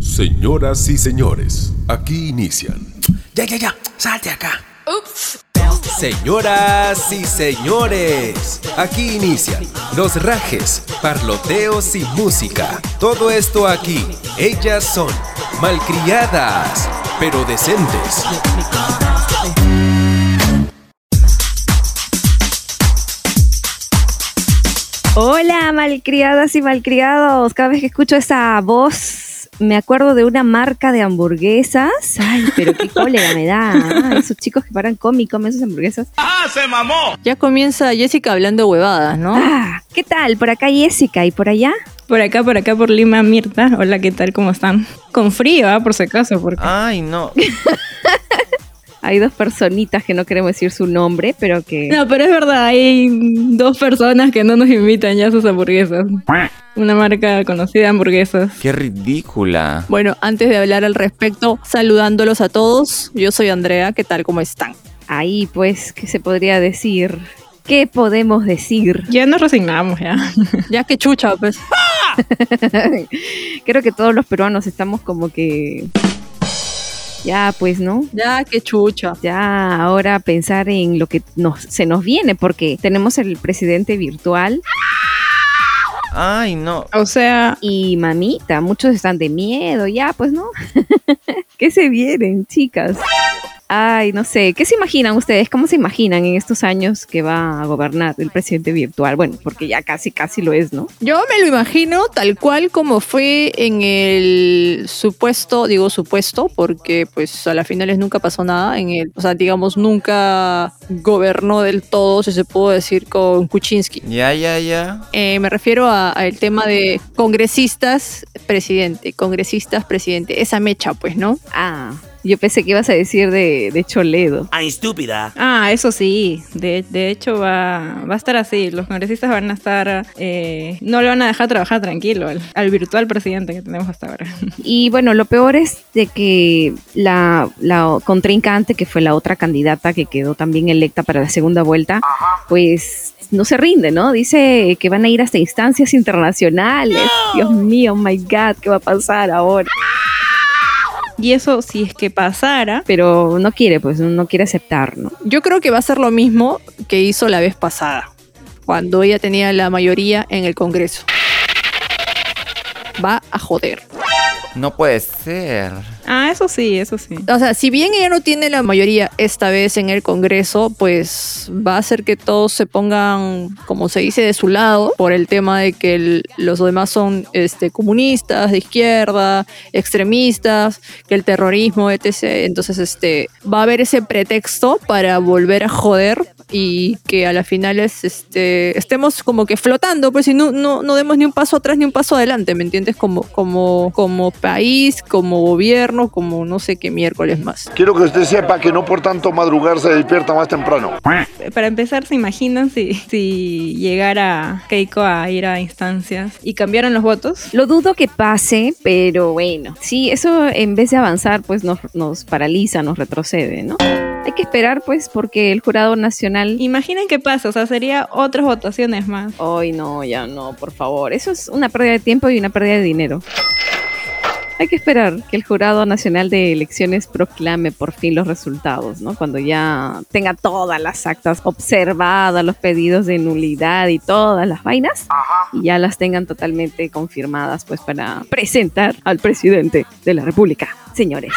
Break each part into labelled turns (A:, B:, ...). A: Señoras y señores, aquí inician.
B: Ya, ya, ya, salte acá.
C: Ups.
B: Señoras y señores, aquí inician los rajes, parloteos y música. Todo esto aquí. Ellas son malcriadas, pero decentes.
C: Hola, malcriadas y malcriados. Cada vez que escucho esa voz, me acuerdo de una marca de hamburguesas. Ay, pero qué cólera me da. Ah, esos chicos que paran comi y comen sus hamburguesas.
D: Ya comienza Jessica hablando huevadas, ¿no?
C: Ah, ¿qué tal? Por acá Jessica y por allá.
E: Por acá, por acá, por Lima, Mirta. Hola, ¿qué tal? ¿Cómo están? Con frío, ¿ah? por si acaso. Porque...
F: Ay, no.
C: Hay dos personitas que no queremos decir su nombre, pero que...
E: No, pero es verdad, hay dos personas que no nos invitan ya a sus hamburguesas. Una marca conocida de hamburguesas.
F: Qué ridícula.
D: Bueno, antes de hablar al respecto, saludándolos a todos, yo soy Andrea, ¿qué tal? ¿Cómo están?
C: Ahí, pues, ¿qué se podría decir? ¿Qué podemos decir?
E: Ya nos resignamos, ya.
D: Ya que chucha, pues.
C: Creo que todos los peruanos estamos como que... Ya, pues, ¿no?
D: Ya que chucha.
C: ya ahora pensar en lo que nos, se nos viene, porque tenemos el presidente virtual
F: Ay, no.
E: O sea,
C: y mamita, muchos están de miedo, ya, pues no. ¿Qué se vienen, chicas? Ay, no sé, ¿qué se imaginan ustedes? ¿Cómo se imaginan en estos años que va a gobernar el presidente virtual? Bueno, porque ya casi, casi lo es, ¿no?
D: Yo me lo imagino tal cual como fue en el supuesto, digo supuesto, porque pues a las finales nunca pasó nada, en el, o sea, digamos, nunca gobernó del todo, si se puede decir, con Kuczynski.
F: Ya, ya, ya.
D: Eh, me refiero a- al tema de congresistas, presidente, congresistas, presidente, esa mecha, pues, ¿no?
C: Ah, yo pensé que ibas a decir de, de Choledo.
G: Ay, estúpida.
E: ah, eso sí. De, de hecho, va, va a estar así. Los congresistas van a estar. eh, no le van a dejar trabajar tranquilo al, al virtual presidente que tenemos hasta ahora.
C: Y bueno, lo peor es de que la, la contrincante, que fue la otra candidata que quedó también electa para la segunda vuelta, pues no se rinde, ¿no? Dice que van a ir hasta instancias internacionales. Dios mío, oh my God, ¿qué va a pasar ahora?
E: Y eso, si es que pasara.
C: Pero no quiere, pues no quiere aceptar, ¿no?
D: Yo creo que va a ser lo mismo que hizo la vez pasada, cuando ella tenía la mayoría en el Congreso. Va a joder.
F: No puede ser.
E: Ah, eso sí, eso sí.
D: O sea, si bien ella no tiene la mayoría esta vez en el Congreso, pues va a hacer que todos se pongan, como se dice, de su lado por el tema de que el- los demás son este, comunistas, de izquierda, extremistas, que el terrorismo, etc. Entonces, este, va a haber ese pretexto para volver a joder y que a las finales este, estemos como que flotando, pues si no, no, no demos ni un paso atrás ni un paso adelante, ¿me entiendes? Como, como, como país, como gobierno, como no sé qué miércoles más.
H: Quiero que usted sepa que no por tanto madrugar se despierta más temprano.
E: Para empezar, ¿se imaginan si, si llegara Keiko a ir a instancias y cambiaron los votos?
C: Lo dudo que pase, pero bueno. Sí, eso en vez de avanzar, pues nos, nos paraliza, nos retrocede, ¿no? Hay que esperar, pues, porque el jurado nacional
E: Imaginen qué pasa, o sea, sería otras votaciones más.
C: Ay, no, ya no, por favor. Eso es una pérdida de tiempo y una pérdida de dinero. Hay que esperar que el Jurado Nacional de Elecciones proclame por fin los resultados, ¿no? Cuando ya tenga todas las actas observadas, los pedidos de nulidad y todas las vainas, y ya las tengan totalmente confirmadas, pues para presentar al presidente de la República, señores.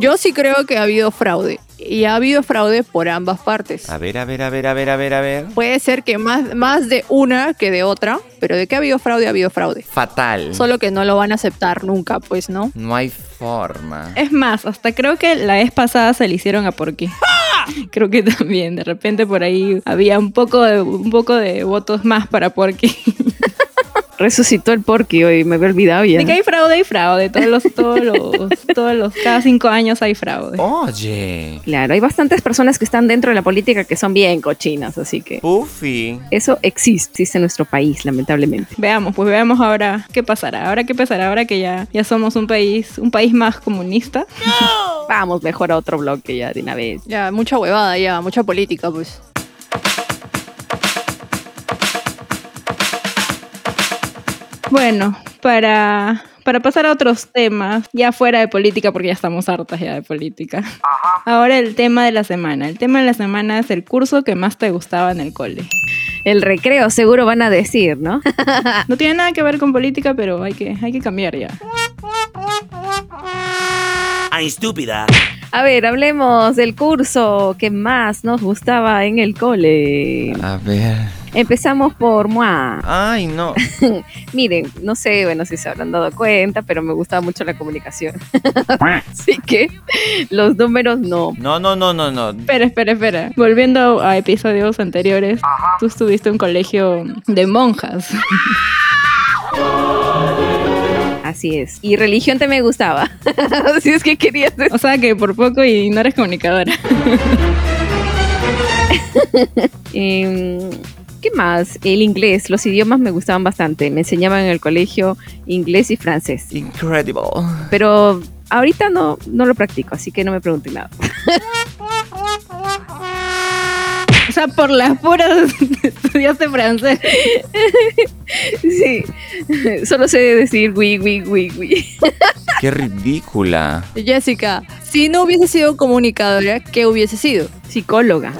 D: Yo sí creo que ha habido fraude y ha habido fraude por ambas partes.
F: A ver, a ver, a ver, a ver, a ver, a ver.
D: Puede ser que más, más de una que de otra, pero de que ha habido fraude, ha habido fraude.
F: Fatal.
D: Solo que no lo van a aceptar nunca, pues, ¿no?
F: No hay forma.
E: Es más, hasta creo que la vez pasada se le hicieron a Porky. Creo que también, de repente por ahí había un poco de, un poco de votos más para Porky.
C: Resucitó el porqui hoy, me había olvidado ya.
E: De que hay fraude, hay fraude. Todos los, todos los, todos los, cada cinco años hay fraude.
F: Oye.
C: Claro, hay bastantes personas que están dentro de la política que son bien cochinas, así que
F: Puffy.
C: Eso existe, existe en nuestro país, lamentablemente.
E: Veamos, pues veamos ahora qué pasará. Ahora qué pasará, ahora que ya, ya somos un país, un país más comunista.
C: Vamos mejor a otro bloque ya de una vez.
D: Ya, mucha huevada, ya, mucha política, pues.
E: Bueno, para, para pasar a otros temas, ya fuera de política, porque ya estamos hartas ya de política. Ahora el tema de la semana. El tema de la semana es el curso que más te gustaba en el cole.
C: El recreo, seguro van a decir, ¿no?
E: No tiene nada que ver con política, pero hay que, hay que cambiar ya.
G: ¡Ay, estúpida!
C: A ver, hablemos del curso que más nos gustaba en el cole.
F: A ver.
C: Empezamos por MOA.
F: Ay, no.
C: Miren, no sé, bueno, si se habrán dado cuenta, pero me gustaba mucho la comunicación. Así que los números no.
F: No, no, no, no, no.
E: Espera, espera, espera. Volviendo a episodios anteriores, tú estuviste en un colegio de monjas.
C: Así es. Y religión te me gustaba. Así es que querías decir.
E: O sea que por poco y no eres comunicadora.
C: Em, ¿Qué más? El inglés. Los idiomas me gustaban bastante. Me enseñaban en el colegio inglés y francés.
F: Incredible.
C: Pero ahorita no, no lo practico, así que no me pregunten nada.
E: O sea, por las puras estudiaste francés.
C: Sí. Solo sé decir oui, oui, oui, oui.
F: Qué ridícula.
D: Jessica, si no hubiese sido comunicadora, ¿qué hubiese sido?
C: Psicóloga.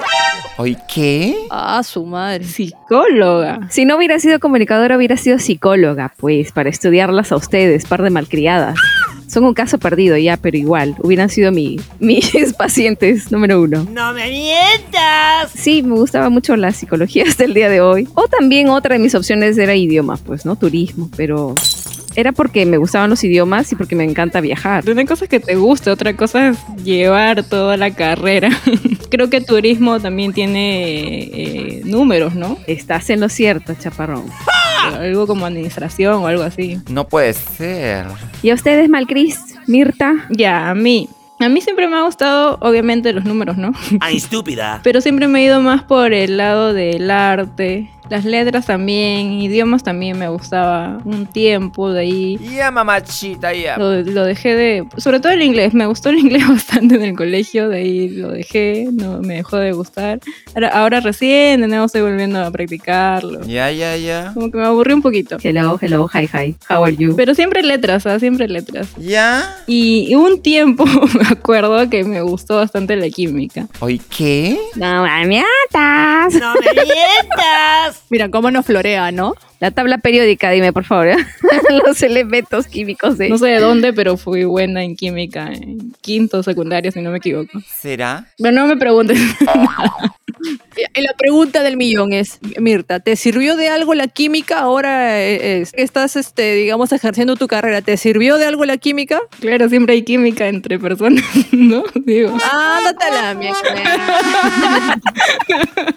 F: ¿Hoy qué?
D: Ah, su madre.
E: Psicóloga.
C: Si no hubiera sido comunicadora, hubiera sido psicóloga, pues, para estudiarlas a ustedes, par de malcriadas. Son un caso perdido ya, pero igual, hubieran sido mi, mis pacientes número uno.
G: ¡No me mientas!
C: Sí, me gustaba mucho la psicología hasta el día de hoy. O también otra de mis opciones era idioma, pues, ¿no? Turismo, pero era porque me gustaban los idiomas y porque me encanta viajar.
E: Una cosa es que te guste, otra cosa es llevar toda la carrera. Creo que turismo también tiene eh, números, ¿no?
C: Estás en lo cierto, chaparrón.
E: Algo como administración o algo así.
F: No puede ser.
C: ¿Y a ustedes, Malcris, Mirta?
E: Ya, a mí. A mí siempre me ha gustado, obviamente, los números, ¿no?
G: ¡Ay, estúpida!
E: Pero siempre me he ido más por el lado del arte. Las letras también, idiomas también me gustaba un tiempo de ahí.
F: Ya, mamachita, ya.
E: Lo, lo dejé de... Sobre todo el inglés, me gustó el inglés bastante en el colegio, de ahí lo dejé, no me dejó de gustar. Ahora, ahora recién, de nuevo estoy volviendo a practicarlo.
F: Ya, ya, ya.
E: Como que me aburrí un poquito.
C: Hello, hello, hi, hi. How are you?
E: Pero siempre letras, ¿ah? siempre letras.
F: ¿Ya?
E: Y un tiempo me acuerdo que me gustó bastante la química.
F: ¿Hoy qué?
C: No, mamiatas.
G: ¡No me mientas!
D: Mira cómo nos florea, ¿no?
C: La tabla periódica, dime por favor. ¿eh? Los elementos químicos de.
E: No sé de dónde, pero fui buena en química en quinto secundario, si no me equivoco.
F: ¿Será?
E: Pero no me preguntes.
D: Y la pregunta del millón es, Mirta, ¿te sirvió de algo la química ahora eh, eh, estás, este, digamos, ejerciendo tu carrera? ¿Te sirvió de algo la química?
E: claro, siempre hay química entre personas, ¿no? Digo.
D: Ándate a la mierda.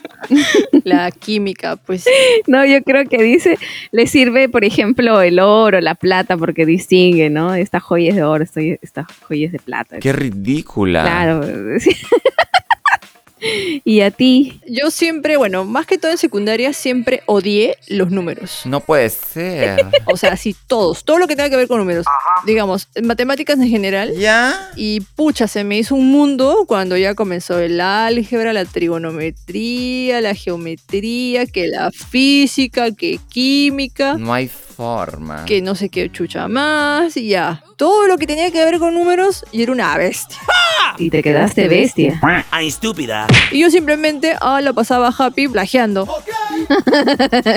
D: La química, pues.
C: No, yo creo que dice, le sirve, por ejemplo, el oro, la plata, porque distingue, ¿no? Estas joyas de oro, estoy- estas joyas de plata.
F: Qué ridícula.
C: Claro. y a ti,
D: Yo siempre, bueno, más que todo en secundaria, siempre odié los números.
F: No puede ser.
D: O sea, sí, todos, todo lo que tenga que ver con números. Digamos, en matemáticas en general.
F: ¿Ya?
D: Y pucha, se me hizo un mundo cuando ya comenzó el álgebra, la trigonometría, la geometría, que la física, que química,
F: No hay forma.
D: que no sé qué chucha más, y ya. Todo lo que tenía que ver con números y era una bestia.
C: y te quedaste bestia.
G: ¡Ay, estúpida!
D: Y yo simplemente, ah, la pasaba happy plagiando.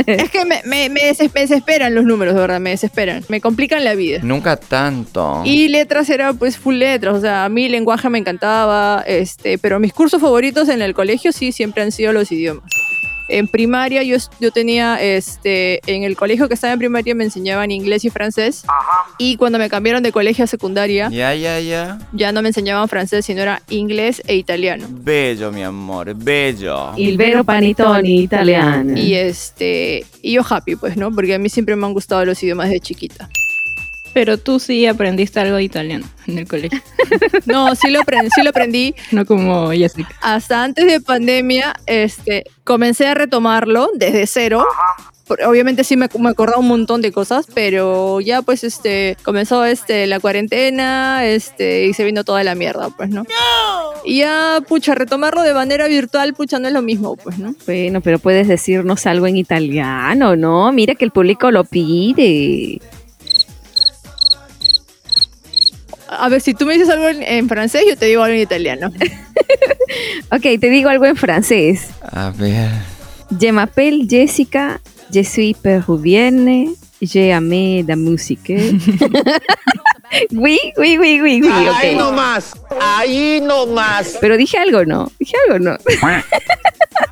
D: es que me, me- me deses- me desesperan los números, de verdad, me desesperan. Me complican la vida.
F: Nunca tanto.
D: Y letras era pues full letras, o sea, a mí lenguaje me encantaba, este, pero mis cursos favoritos en el colegio sí siempre han sido los idiomas. En primaria yo, es- yo tenía, este, en el colegio que estaba en primaria me enseñaban inglés y francés. Y cuando me cambiaron de colegio a secundaria,
F: Ya, ya, ya.
D: ya no me enseñaban francés, sino era inglés e italiano.
F: Bello, mi amor, bello.
C: Il vero panitoni italiano.
D: Y este, y yo happy, pues, ¿no? Porque a mí siempre me han gustado los idiomas de chiquita.
E: Pero tú sí aprendiste algo de italiano en el colegio,
D: No, sí lo aprendí, sí lo aprendí.
E: no como Jessica.
D: Hasta antes de pandemia, este, comencé a retomarlo desde cero. Por- Obviamente sí me, me acordaba un montón de cosas, pero ya pues este comenzó este la cuarentena, este y se vino toda la mierda, pues, ¿no? Y ya, pucha, retomarlo de manera virtual, pucha, no es lo mismo, pues, ¿no?
C: Bueno, pero puedes decirnos algo en italiano, ¿no? Mira que el público lo pide.
D: A ver, si tú me dices algo en, en francés, yo te digo algo en italiano.
C: Ok, te digo algo en francés.
F: A ver.
C: Je m'appelle Jessica, je suis péruvienne, j'ai amé la musique. oui, oui, oui, oui, oui. ok.
I: más, ahí no más.
C: Pero dije algo, ¿no? Dije algo, ¿no?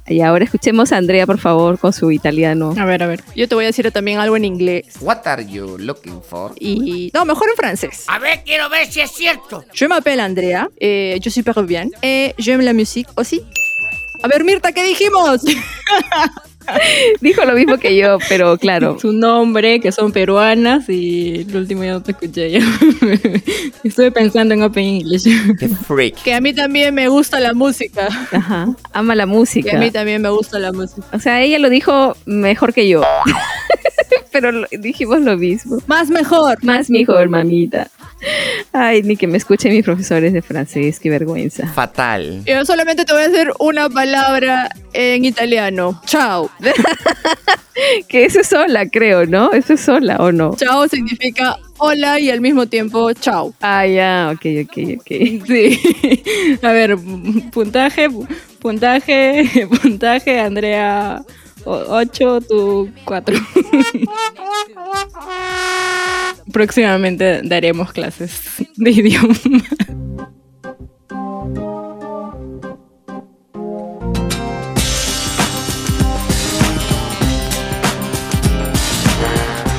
C: y ahora escuchemos a Andrea, por favor, con su italiano.
E: A ver, a ver.
D: Yo te voy a decir también algo en inglés.
I: What are you looking for?
D: Y no, mejor en francés.
G: A ver, quiero ver si es cierto.
D: Je m'appelle Andrea, eh, je suis péruvienne, et eh, j'aime la musique aussi. A ver, Mirta, ¿qué dijimos?
C: Dijo lo mismo que yo, pero claro.
E: Su nombre, que son peruanas, y el último ya no te escuché. Estuve pensando en Open English.
F: Qué freak.
D: que a mí también me gusta la música.
C: Ajá. Ama la
D: Que a
C: música.
D: mí también me gusta la música.
C: O sea, ella lo dijo mejor que yo. pero lo- dijimos lo mismo.
D: Más mejor.
C: Más mejor, mamita. Ay, ni que me escuchen mis profesores de francés, qué vergüenza.
F: Fatal.
D: Yo solamente te voy a hacer una palabra en italiano. Chao.
C: Que eso es sola, creo, ¿no? Eso es sola, ¿o no?
D: Chao significa hola y al mismo tiempo chao.
C: Ah, ya, ok, ok, ok.
E: Sí. A ver, puntaje, puntaje, puntaje, Andrea. 8, tú 4. Próximamente daremos clases de idioma.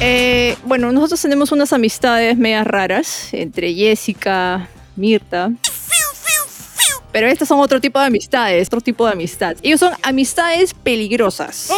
D: Eh, bueno, nosotros tenemos unas amistades medias raras entre Jessica, Mirta. Pero estas son otro tipo de amistades, otro tipo de amistad. Ellos son amistades peligrosas.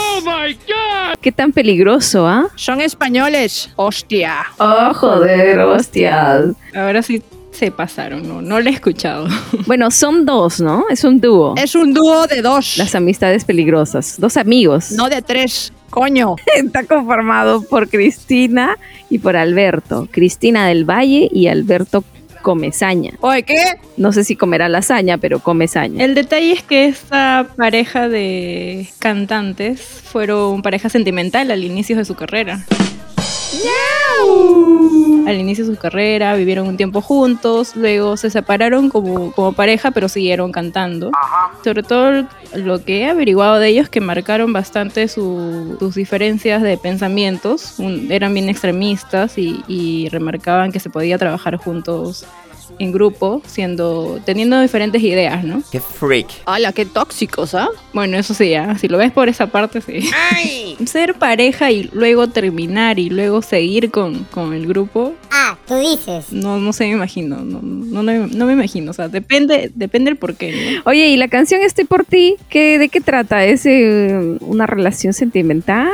C: Qué tan peligroso, ¿ah?
D: Son españoles. Hostia.
C: Oh, joder, hostias.
E: Ahora sí se pasaron, no, no lo he escuchado.
C: Bueno, son dos, ¿no? Es un dúo.
D: Es un dúo de dos,
C: Las amistades peligrosas. Dos amigos.
D: no de tres. Coño.
C: Está conformado por Cristina y por Alberto. Cristina del Valle y Alberto Comezaña.
D: Oye, ¿qué?
C: No sé si comerá lasaña, pero Comezaña.
E: El detalle es que esta pareja de cantantes fueron pareja sentimental al inicio de su carrera. Al inicio de su carrera vivieron un tiempo juntos, luego se separaron como, como pareja, pero siguieron cantando. Sobre todo lo que he averiguado de ellos, que marcaron bastante su- sus diferencias de pensamientos, Un- eran bien extremistas y, y remarcaban que se podía trabajar juntos en grupo, siendo teniendo diferentes ideas, ¿no?
F: Qué freak.
D: Ala, qué tóxicos, ¿ah?
E: Bueno, eso sí, ya, si lo ves por esa parte, sí.
I: ¡Ay!
E: Ser pareja y luego terminar y luego seguir con, con el grupo,
J: Ah, tú dices.
E: no, no se me imagino, no, no, no- no me imagino, o sea, depende, depende el porqué, ¿no?
C: Oye, ¿y la canción Estoy por ti? ¿Qué, ¿De qué trata? ¿Es eh, una relación sentimental?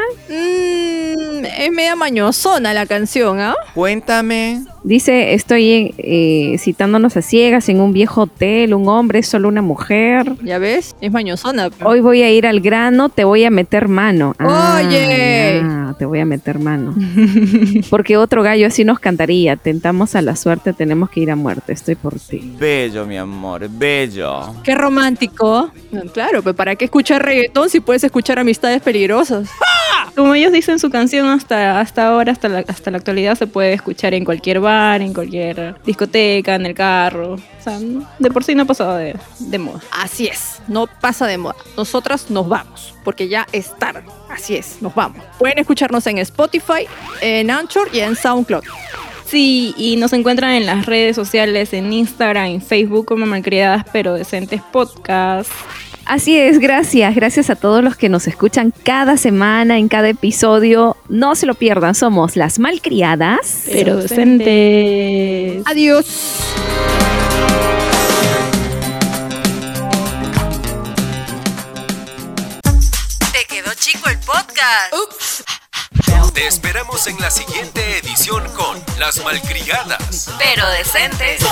D: Mm, es media mañosona la canción, ¿ah?
F: Cuéntame.
C: Dice, estoy eh, citándonos a ciegas en un viejo hotel, un hombre, es solo una mujer.
D: Ya ves, es mañosona.
C: Hoy voy a ir al grano, te voy a meter mano. Ah,
D: Oye.
C: ya, te voy a meter mano. Porque otro gallo así nos cantaría. Tentamos a la suerte, tenemos que ir a muerte. Estoy por ti.
F: Bello, mi amor. Bello.
D: Qué romántico. No, Ah, Claro, pero ¿para qué escuchar reggaetón si puedes escuchar amistades peligrosas?
E: Como ellos dicen, su canción hasta, hasta ahora, hasta la, hasta la actualidad, se puede escuchar en cualquier bar, en cualquier discoteca, en el carro. O sea, no- de por sí no ha pasado de, de moda.
D: Así es, no pasa de moda. Nosotras nos vamos, porque ya es tarde. Así es, nos vamos. Pueden escucharnos en Spotify, en Anchor y en SoundCloud.
E: Sí, y nos encuentran en las redes sociales, en Instagram, en Facebook, como Malcriadas Pero Decentes Podcast.
C: Así es, gracias. Gracias a todos los que nos escuchan cada semana, en cada episodio. No se lo pierdan, somos las malcriadas.
E: Pero Decentes.
D: Adiós.
I: Te quedó chico el podcast.
B: Te esperamos en la siguiente edición con Las Malcriadas.
I: Pero decentes.